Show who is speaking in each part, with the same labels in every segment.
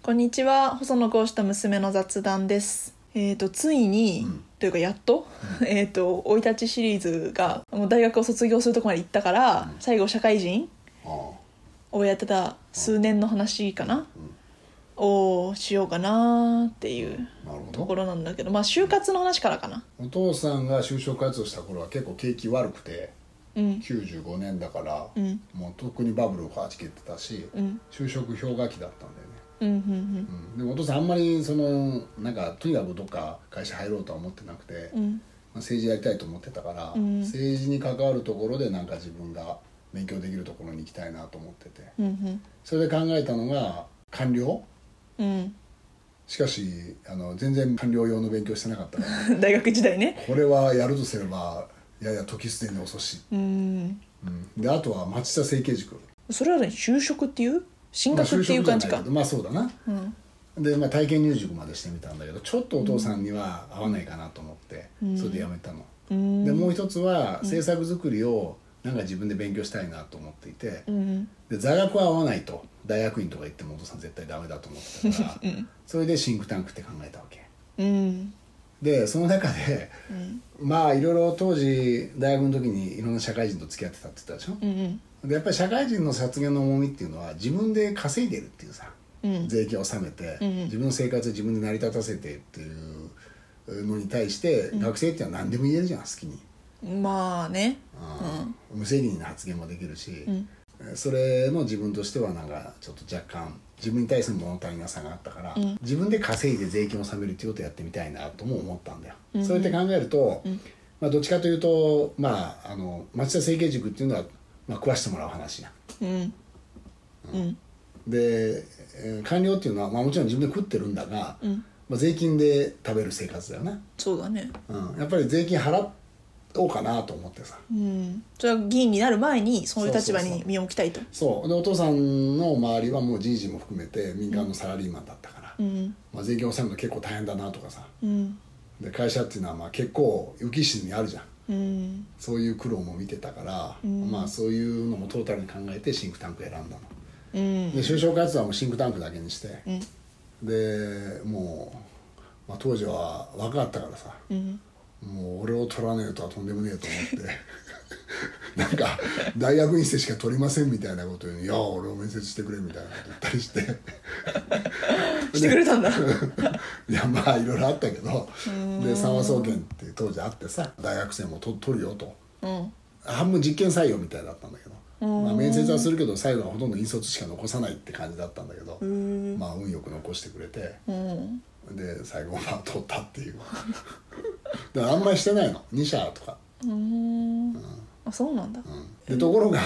Speaker 1: こんにちは細野豪した娘の雑談ですえー、とついに、
Speaker 2: うん
Speaker 1: というかやっと「えーと生い立ち」シリーズがもう大学を卒業するとこまで行ったから、最後社会人
Speaker 2: ああ
Speaker 1: をやってた数年の話かな、
Speaker 2: ん
Speaker 1: をしようかなっていう
Speaker 2: なるほ
Speaker 1: と
Speaker 2: ど
Speaker 1: ころなんだけどまあ就活の話からかな
Speaker 2: お父さんが就職活動した頃は結構景気悪くて
Speaker 1: うん
Speaker 2: 95年だから、
Speaker 1: うん
Speaker 2: もう特にバブルをはじけてたし、
Speaker 1: うん
Speaker 2: 就職氷河期だったんだよね、
Speaker 1: うんうん
Speaker 2: うん、でもお父さんあんまりそのなんかとにかくどっか会社入ろうとは思ってなくて、
Speaker 1: うんうん
Speaker 2: まあ、政治やりたいと思ってたから、
Speaker 1: うん
Speaker 2: 政治に関わるところでなんか自分が勉強できるところに行きたいなと思ってて
Speaker 1: うん
Speaker 2: それで考えたのが官僚
Speaker 1: うん
Speaker 2: しかしあの全然官僚用の勉強してなかったから
Speaker 1: うん大学時代ね
Speaker 2: これはやるとすればやや時すでに遅し、
Speaker 1: うん
Speaker 2: うんであとは町田整形塾
Speaker 1: それはね就職っていう進学っていう感じか、
Speaker 2: まあ就職じゃないけどまあそうだな
Speaker 1: うん
Speaker 2: で、まあ、体験入塾までしてみたんだけどちょっとお父さんには合わないかなと思って、それでやめたの、
Speaker 1: うん
Speaker 2: でもう一つは制作作りをなんか自分で勉強したいなと思っていて、
Speaker 1: うん
Speaker 2: で座学は合わないと大学院とか行ってもお父さん絶対ダメだと思ってたから、それでシンクタンクって考えたわけ
Speaker 1: うん
Speaker 2: でその中で、まあいろいろ当時大学の時にいろんな社会人と付き合ってたって言ったでしょ、
Speaker 1: うん
Speaker 2: でやっぱり社会人の殺言の重みっていうのは自分で稼いでるっていうさ、税金を納めて、自分の生活を自分で成り立たせてっていうのに対して、学生っていうのは何でも言えるじゃん好きに、
Speaker 1: うんまあね
Speaker 2: うん無責任な発言もできるし、それの自分としてはなんかちょっと若干自分に対する物足りなさがあったから、自分で稼いで税金を納めるっていうことをやってみたいなとも思ったんだよ、そうやって考えると、まあ、どっちかというと、まあ、あの町田整形塾っていうのは、まあ、食わしてもらう話やん
Speaker 1: うんうん
Speaker 2: で、えー官僚っていうのは、まあ、もちろん自分で食ってるんだが、まあ、税金で食べる生活だよね、
Speaker 1: そうだね
Speaker 2: うん、やっぱり税金払おうかなと思ってさ
Speaker 1: うんそれは議員になる前にそういう立場
Speaker 2: そうそう
Speaker 1: に
Speaker 2: そう
Speaker 1: 身を置きたいと
Speaker 2: そうでお父さんの周りはもうじいじも含めて民間のサラリーマンだったから、
Speaker 1: うん
Speaker 2: まあ、税金を納めるの結構大変だなとかさ
Speaker 1: うん
Speaker 2: で会社っていうのはまあ結構浮き沈みあるじゃん
Speaker 1: うん
Speaker 2: そういう苦労も見てたから、まあそういうのもトータルに考えてシンクタンク選んだの、
Speaker 1: うん
Speaker 2: で就職活動はもうシンクタンクだけにして、でもう、まあ、当時は若かったからさ、もう俺を取らねえとはとんでもねえと思って なんか大学院生しか取りませんみたいなこと言うのに「いや俺を面接してくれ」みたいなこと言ったりして
Speaker 1: してくれたんだ
Speaker 2: いやまあいろいろあったけどで三和総研って当時あってさ大学生もと取るよと
Speaker 1: うん
Speaker 2: 半分実験採用みたいだったんだけど、まあ、面接はするけど最後はほとんど引率しか残さないって感じだったんだけど、まあ運よく残してくれて。
Speaker 1: うん
Speaker 2: で最後まあ通ったっていう だからあんまりしてないの2社とか、
Speaker 1: うんあそうなんだ
Speaker 2: でところが、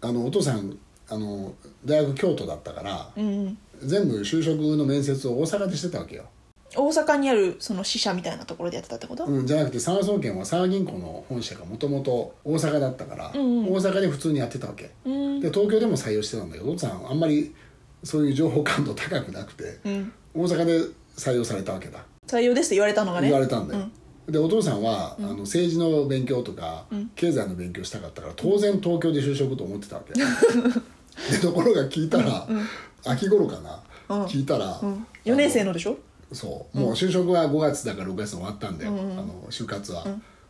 Speaker 2: あのお父さんあの大学京都だったから、
Speaker 1: うん
Speaker 2: 全部就職の面接を大阪でしてたわけよ、
Speaker 1: 大阪にあるその支社みたいなところでやってたってこと
Speaker 2: うん、じゃなくて三和総研は三和銀行の本社がもともと大阪だったから、大阪で普通にやってたわけ、
Speaker 1: うん
Speaker 2: で東京でも採用してたんだけどお父さんあんまりそういう情報感度高くなくて、
Speaker 1: うん
Speaker 2: 大阪で採用されたわけだ
Speaker 1: 採用ですって言われたのがね
Speaker 2: 言われたんだよ、でお父さんは、あの政治の勉強とか、経済の勉強したかったから当然東京で就職と思ってたわ けでところが聞いたら、秋頃かな、聞いたら、
Speaker 1: 4年生のでしょ
Speaker 2: そうもう終職は5月だから6月終わったんだよ、あの就活は、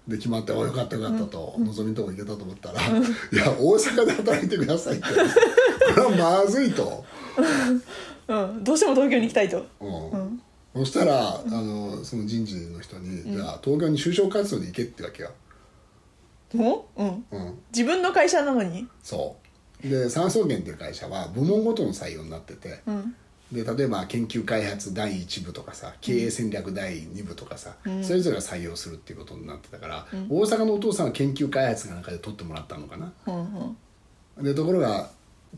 Speaker 2: で決まって「およかったよかった」と「望みのとこ行けた」と思ったら「 いや大阪で働いてくだ さい」ってこれはまずいと。
Speaker 1: うんどうしても東京に行きたいと
Speaker 2: うんそしたら、あのその人事の人に、じゃあ東京に就職活動に行けってわけよ、
Speaker 1: おうん
Speaker 2: うん、
Speaker 1: 自分の会社なのに
Speaker 2: そうで三層研っていう会社は部門ごとの採用になってて、で例えば研究開発第1部とかさ経営戦略第2部とかさ、それぞれが採用するっていうことになってたから、大阪のお父さんは研究開発かなんかで取ってもらったのかな、
Speaker 1: うんうん
Speaker 2: でところが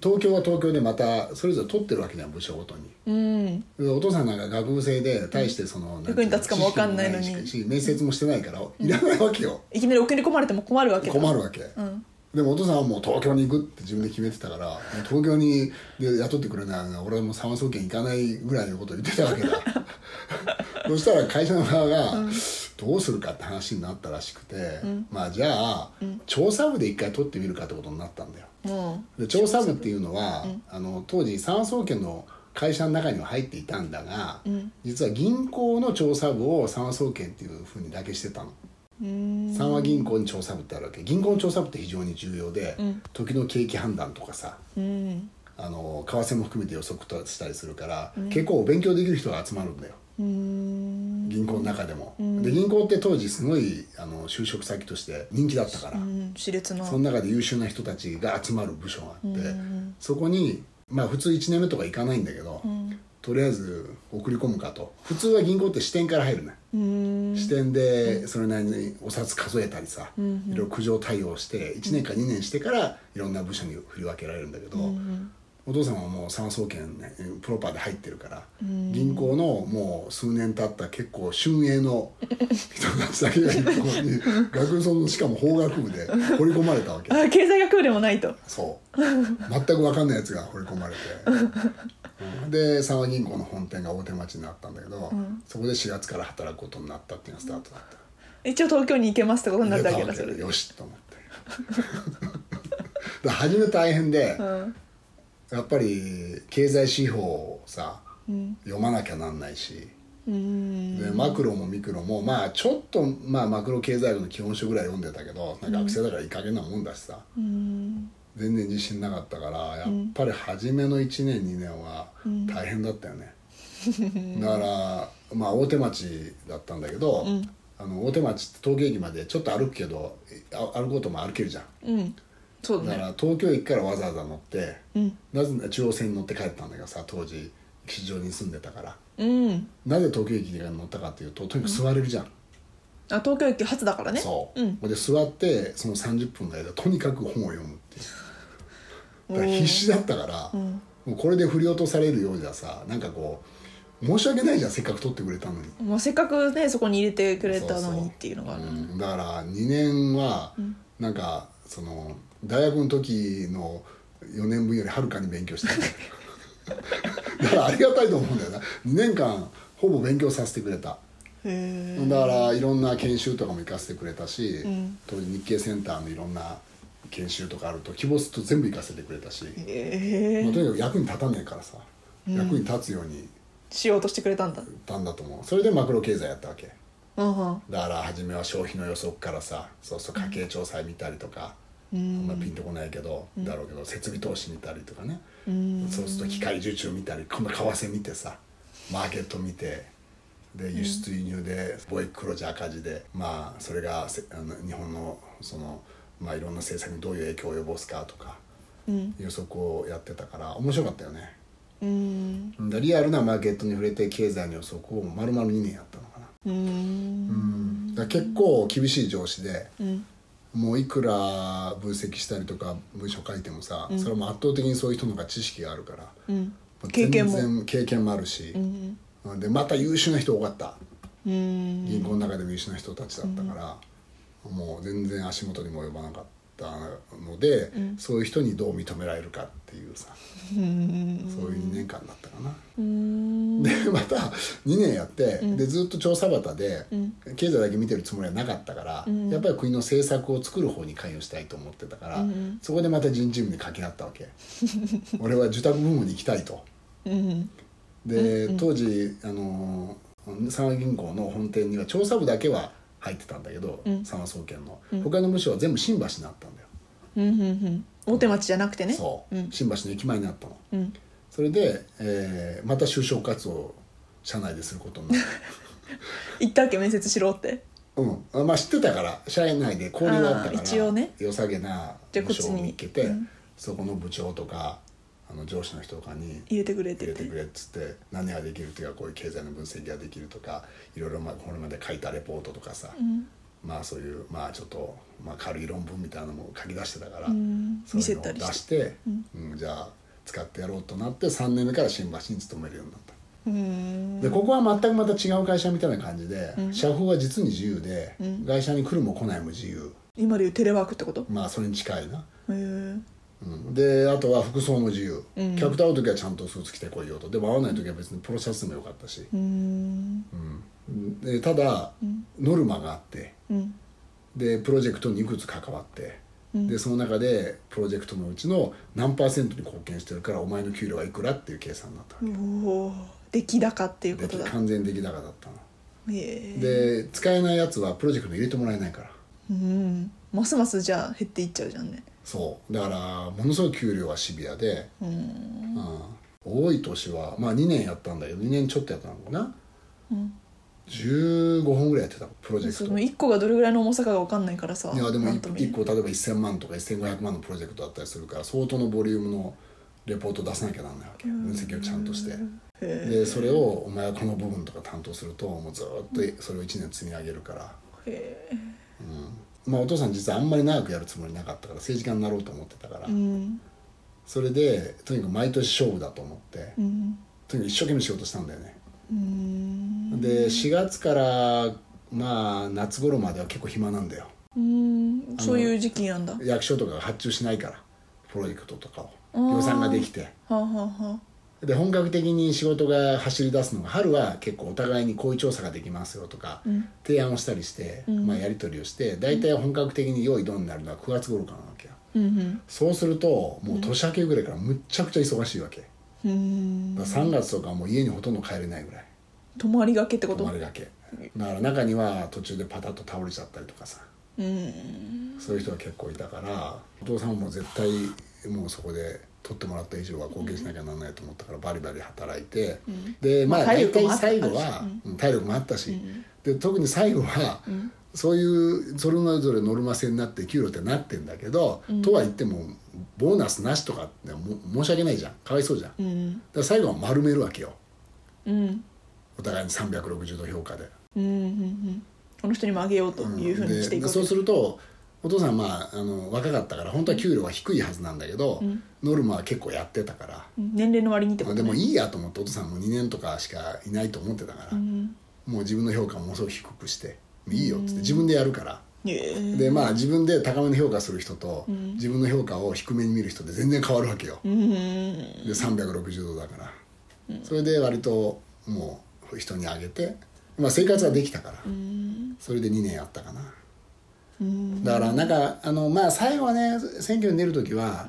Speaker 2: 東京は東京でまたそれぞれ取ってるわけじゃん部署ごとに、
Speaker 1: うん
Speaker 2: でお父さんなんか学部生で大してその、なんていうの
Speaker 1: 役に立つかもわかんないのに
Speaker 2: 知識もし面接もしてないからいらないわけよ、
Speaker 1: いきなり送り込まれても困るわけだ
Speaker 2: 困るわけ、でもお父さんはもう東京に行くって自分で決めてたからもう東京にで雇ってくれないなら俺はもう三和総研行かないぐらいのこと言ってた わけだそしたら会社の側がどうするかって話になったらしくて、まあじゃあ、調査部で一回取ってみるかってことになったんだよ
Speaker 1: うん
Speaker 2: で調査部っていうのは、あの当時三和総研の会社の中には入っていたんだが、
Speaker 1: うん
Speaker 2: 実は銀行の調査部を三和総研っていうふうにだけしてたの。
Speaker 1: うーん
Speaker 2: 三和銀行に調査部ってあるわけ銀行の調査部って非常に重要で、
Speaker 1: うん
Speaker 2: 時の景気判断とかさ
Speaker 1: うん
Speaker 2: あの為替も含めて予測としたりするから、結構お勉強できる人が集まるんだよ
Speaker 1: うーん
Speaker 2: 銀行の中でも、で銀行って当時すごいあの就職先として人気だったから、
Speaker 1: うん熾烈な
Speaker 2: その中で優秀な人たちが集まる部署があって、そこにまあ普通1年目とか行かないんだけど、
Speaker 1: ん
Speaker 2: とりあえず送り込むかと普通は銀行って支店から入るね、
Speaker 1: うーん
Speaker 2: 支店でそれなりにお札数えたりさ、いろいろ苦情対応して1年か2年してからいろんな部署に振り分けられるんだけど、お父さんはもう三和総研、ね、プロパーで入ってるから、銀行のもう数年経った結構俊 英の人たちだけが銀行に学そのしかも法学部で掘り込まれたわけ
Speaker 1: あ経済学部でもないと
Speaker 2: そう全く分かんないやつが掘り込 まれて、うんで三和銀行の本店が大手町になったんだけど、そこで4月から働くことになったっていうのがスタートだった。
Speaker 1: 一応東京に行けますってことになったわけだそれで
Speaker 2: よしと思ってだから初め大変で、
Speaker 1: ん
Speaker 2: やっぱり経済指標をさ、
Speaker 1: ん
Speaker 2: 読まなきゃなんないし、
Speaker 1: うーん
Speaker 2: でマクロもミクロもまあちょっと、まあ、マクロ経済学の基本書ぐらい読んでたけどなんか学生だからいい加減なもんだしさ、
Speaker 1: うーん
Speaker 2: 全然自信なかったからやっぱり初めの1年2年は大変だったよ ね、だからまあ大手町だったんだけど、あの大手町って東京駅までちょっと歩くけどあ歩こうとも歩けるじゃん
Speaker 1: うんそうだ
Speaker 2: だか
Speaker 1: ね
Speaker 2: ら東京駅からわざわざ乗って、
Speaker 1: うん
Speaker 2: なぜ中央線に乗って帰ったんだけどさ当時吉祥寺に住んでたから
Speaker 1: うん
Speaker 2: なぜ東京駅から乗ったかっていうととにかく座れるじゃん、
Speaker 1: あ東京駅初だからね
Speaker 2: そう、
Speaker 1: ん
Speaker 2: で座ってその30分の間とにかく本を読むっていうだから必死だったから、もうこれで振り落とされるようじゃさなんかこう申し訳ないじゃんせっかく取ってくれたのに、
Speaker 1: まあ、せっかくねそこに入れてくれたのにっていうのがある
Speaker 2: うん、だから2年はなんかその大学の時の4年分よりはるかに勉強して ただからありがたいと思うんだよな2年間ほぼ勉強させてくれた
Speaker 1: へえ
Speaker 2: だからいろんな研修とかも行かせてくれたし、当時日経センターのいろんな研修とかあると希望すると全部行かせてくれたし、
Speaker 1: へ
Speaker 2: まあ、
Speaker 1: え
Speaker 2: とにかく役に立たねえからさ、役に立つように
Speaker 1: しようとしてくれたんだ
Speaker 2: 言ったんだと思うそれでマクロ経済やったわけ
Speaker 1: うんうん
Speaker 2: だから初めは消費の予測からさそうそう家計調査見たりとか、あんまピンとこないけど、だろうけど設備投資見たりとかね、そうすると機械受注見たり今度為替見てさマーケット見てで輸出輸入で貿易黒字赤字でまあそれがせあの日本のその、まあ、いろんな政策にどういう影響を及ぼすかとか、予測をやってたから面白かったよね。
Speaker 1: うん
Speaker 2: だリアルなマーケットに触れて経済の予測を丸々2年やったのかな。
Speaker 1: うん
Speaker 2: うんだから結構厳しい上司で、
Speaker 1: ん
Speaker 2: もういくら分析したりとか文章書いてもさ、それはもう圧倒的にそういう人の方が知識があるから、
Speaker 1: うん
Speaker 2: まあ
Speaker 1: 経験も
Speaker 2: 全然経験もあるし、でまた優秀な人多かった
Speaker 1: うん
Speaker 2: 銀行の中でも優秀な人たちだったから、もう全然足元にも及ばなかったので、そういう人にどう認められるかっていうさ、そういう2年間だったかな。でまた2年やって、でずっと調査旗で、経済だけ見てるつもりはなかったから、やっぱり国の政策を作る方に関与したいと思ってたから、そこでまた人事部に掛け合ったわ け俺は受託部門に行きたいと。
Speaker 1: うん
Speaker 2: で、当時あのー三和銀行の本店には調査部だけは入ってたんだけど、三和総研の、他の部署は全部新橋になったんだよ、
Speaker 1: うんうんうん大手町じゃなくてね
Speaker 2: そう、
Speaker 1: うん
Speaker 2: 新橋の駅前になったの、
Speaker 1: うん
Speaker 2: それで、えーまた就職活動を社内ですることになった
Speaker 1: 行ったっけ面接しろって
Speaker 2: うんあ、まあ知ってたから社内で交流があったから
Speaker 1: あー一応ね
Speaker 2: 良さげな
Speaker 1: じゃあこ
Speaker 2: 部
Speaker 1: っち
Speaker 2: 署を
Speaker 1: に
Speaker 2: 見つけて、
Speaker 1: うん
Speaker 2: そこの部長とかあの上司の人とかに
Speaker 1: 入れてくれて
Speaker 2: 入
Speaker 1: て
Speaker 2: れてくれっつって何ができるというかこういう経済の分析ができるとかいろいろまあこれまで書いたレポートとかさ、まあそういうまあちょっと、まあ、軽い論文みたいなのも書き出してたから、
Speaker 1: ん
Speaker 2: そういう
Speaker 1: 見せ
Speaker 2: のを
Speaker 1: たりして
Speaker 2: 出して、うんじゃあ使ってやろうとなって3年目から新橋に勤めるようになった。
Speaker 1: うん
Speaker 2: でここは全くまた違う会社みたいな感じで、社風は実に自由で、会社に来るも来ないも自由
Speaker 1: 今でいうテレワークってこと
Speaker 2: まあそれに近いな、
Speaker 1: へえ
Speaker 2: うん、であとは服装も自由、客と会う時はちゃんとスーツ着てこいよとでも会わない時は別にポロシャツでもよかったし、
Speaker 1: うん
Speaker 2: うんでただ、ノルマがあって
Speaker 1: うん
Speaker 2: でプロジェクトにいくつ関わってでその中でプロジェクトのうちの何パーセントに貢献してるからお前の給料はいくらっていう計算になったわ
Speaker 1: おー出来高っていう
Speaker 2: け
Speaker 1: こ
Speaker 2: で
Speaker 1: とだ
Speaker 2: 完全出来高だったの
Speaker 1: ええ
Speaker 2: で使えないやつはプロジェクトに入れてもらえないから
Speaker 1: うんますますじゃあ減っていっちゃうじゃんね
Speaker 2: そうだからものすごい給料はシビアで、
Speaker 1: うん
Speaker 2: うん多い年はまあ2年やったんだけど2年ちょっとやったのかな、15本ぐらいやってたのプロジェ
Speaker 1: そ
Speaker 2: クト
Speaker 1: の1個がどれぐらいの重さかが分かんないからさ
Speaker 2: いやでも
Speaker 1: なんとも言え
Speaker 2: 1
Speaker 1: ない
Speaker 2: 個例えば1000万とか1500万のプロジェクトだったりするから相当のボリュームのレポートを出さなきゃなんないわけ分析をちゃんとして
Speaker 1: へ
Speaker 2: でそれをお前はこの部分とか担当するともうずーっとそれを1年積み上げるから、
Speaker 1: へえ
Speaker 2: まあ、お父さん実はあんまり長くやるつもりなかったから政治家になろうと思ってたから、
Speaker 1: うん
Speaker 2: それでとにかく毎年勝負だと思って、
Speaker 1: うん
Speaker 2: とにかく一生懸命仕事したんだよね
Speaker 1: うん
Speaker 2: で4月からまあ夏頃までは結構暇なんだよ
Speaker 1: うんそういう時期なんだは
Speaker 2: 役所とかが発注しないからプロジェクトとか
Speaker 1: あー
Speaker 2: を予算ができて
Speaker 1: あ、はあは
Speaker 2: で本格的に仕事が走り出すのが春は結構お互いにこういう調査ができますよとか、
Speaker 1: ん
Speaker 2: 提案をしたりして、まあ、やり取りをして大体本格的に用意どうになるのは9月頃からなわけ
Speaker 1: あ、
Speaker 2: よ
Speaker 1: うん
Speaker 2: そうするともう年明けぐらいからむっちゃくちゃ忙しいわけ、
Speaker 1: うんうん
Speaker 2: だから3月とかはもう家にほとんど帰れないぐらい
Speaker 1: 泊まりがけってこ
Speaker 2: 泊
Speaker 1: と
Speaker 2: まるだけだから中には途中でパタッと倒れちゃったりとかさ
Speaker 1: うん
Speaker 2: そういう人が結構いたからお父さんはもう絶対もうそこで取ってもらった以上は貢献しなきゃならないと思ったからバリバリ働いて、でまあ
Speaker 1: まあ体力
Speaker 2: 大体
Speaker 1: もあった
Speaker 2: 最後はうん体力もあったし、で特に最後は、そういうそれぞれノルマ制になって給料ってなってんだけど、とは言ってもボーナスなしとかっても申し訳ないじゃんかわいそうじゃん、だ
Speaker 1: う
Speaker 2: か
Speaker 1: ん
Speaker 2: ら最後は丸めるわけよ
Speaker 1: うん
Speaker 2: お互いに360度評価で。
Speaker 1: うんうんうんこの人にもあげようというふうにしていく
Speaker 2: で
Speaker 1: わけ
Speaker 2: そうするとお父さんはまああの若かったから本当は給料は低いはずなんだけど、ノルマは結構やってたから、
Speaker 1: うん年齢の割にってこ
Speaker 2: まあ
Speaker 1: と
Speaker 2: で
Speaker 1: ね
Speaker 2: もいいやと思ってお父さんも2年とかしかいないと思ってたから、もう自分の評価もものすごく低くしていいよっつって自分でやるから、
Speaker 1: へえ
Speaker 2: でまあ自分で高めの評価する人と、自分の評価を低めに見る人で全然変わるわけよ、
Speaker 1: うん
Speaker 2: で360度だから、それで割ともう人にあげて、まあ、生活はできたから、それで2年やったかな、だからなんかあのまあ最後はね選挙に出る時は、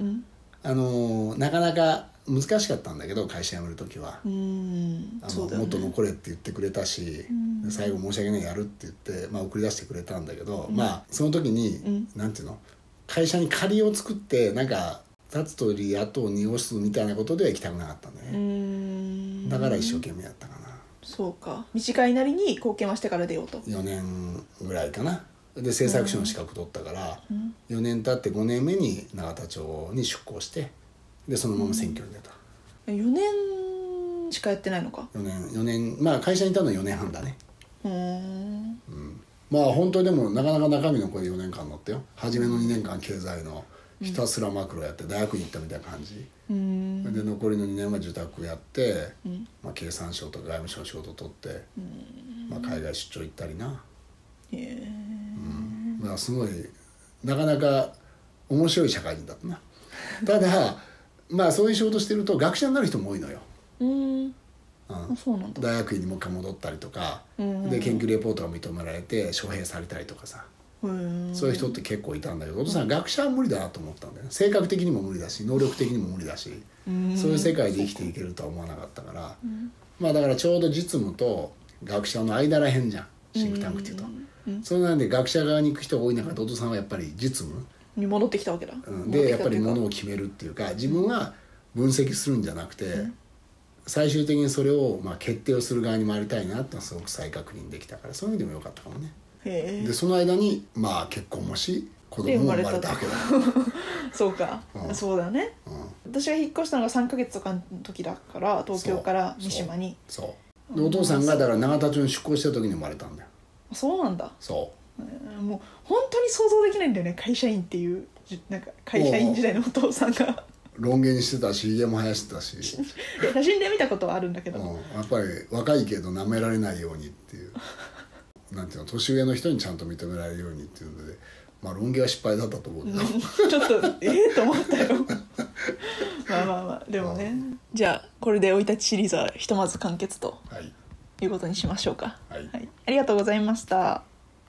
Speaker 2: あのなかなか難しかったんだけど会社辞める時は、
Speaker 1: うん
Speaker 2: あの
Speaker 1: そうだよ
Speaker 2: もっ
Speaker 1: ね
Speaker 2: と残れって言ってくれたし、最後申し訳ないやるって言って、まあ、送り出してくれたんだけど、まあその時に、なんていうの会社に借りを作ってなんか立つ鳥跡を濁すみたいなことでは行きたくなかったんだ
Speaker 1: う
Speaker 2: ね、
Speaker 1: ん
Speaker 2: だから一生懸命やったかな
Speaker 1: そうか短いなりに貢献はしてから出ようと
Speaker 2: 4年ぐらいかなで制作所の資格取ったから、4年経って5年目に永田町に出向してでそのまま選挙に出た、
Speaker 1: 4年しかやってないのか
Speaker 2: 4年4年まあ会社にいたのは4年半だね
Speaker 1: うーん
Speaker 2: まあ本当にでもなかなか中身の声4年間乗ったよ初めの2年間経済のひたすらマクロやって大学に行ったみたいな感じ、
Speaker 1: うーん
Speaker 2: で残りの2年は受託やって、まあ、経産省とか外務省の仕事取って、まあ、海外出張行ったりな、
Speaker 1: へ
Speaker 2: まあ、すごいなかなか面白い社会人だった なただまあそういう仕事してると学者になる人も多いのよ
Speaker 1: えうんあそうなんだ
Speaker 2: 大学院にもう一回戻ったりとか、
Speaker 1: うん
Speaker 2: で研究レポートが認められて招聘されたりとかさ、
Speaker 1: うーん
Speaker 2: そういう人って結構いたんだけどお父さん学者は無理だなと思ったんだよね性格的にも無理だし能力的にも無理だしそういう世界で生きていけるとは思わなかったからまあだからちょうど実務と学者の間らへんじゃんシンクタンクっていうとそれなんで学者側に行く人が多い中でお父さんはやっぱり実務
Speaker 1: に戻ってきたわけだ、
Speaker 2: うん
Speaker 1: 戻
Speaker 2: で
Speaker 1: て
Speaker 2: や
Speaker 1: き
Speaker 2: ったぱ
Speaker 1: とい
Speaker 2: り
Speaker 1: うか
Speaker 2: ものを決めるっていうか自分は分析するんじゃなくて最終的にそれをまあ決定をする側に回りたいなってのはすごく再確認できたからそういう意味でもよかったかもね。
Speaker 1: へ
Speaker 2: でその間にまあ結婚もし子供も生まれたわけだ
Speaker 1: えそうか、
Speaker 2: うん
Speaker 1: そうだね私が引っ越したのが3か月とかの時だから 東京から三島に
Speaker 2: そうでお父さんがだから永田町に出向した時に生まれたんだよ
Speaker 1: そうなんだ
Speaker 2: そ
Speaker 1: うんもう本当に想像できないんだよね会社員っていうじなんか会社員時代のお父さんが
Speaker 2: うロン毛にしてたしひげも生やしてたし、
Speaker 1: いや写真で見たことはあるんだけ
Speaker 2: う
Speaker 1: ど、
Speaker 2: ん、やっぱり若いけど舐められないようにっていうなんていうの年上の人にちゃんと認められるようにっていうのでまあロン毛は失敗だったと思うけど、
Speaker 1: ちょっとええと思ったよまあまあまあでもねじゃあこれで生い立ちシリーズはひとまず完結と
Speaker 2: はい
Speaker 1: いうことにしましょうか
Speaker 2: はい
Speaker 1: ありがとうございました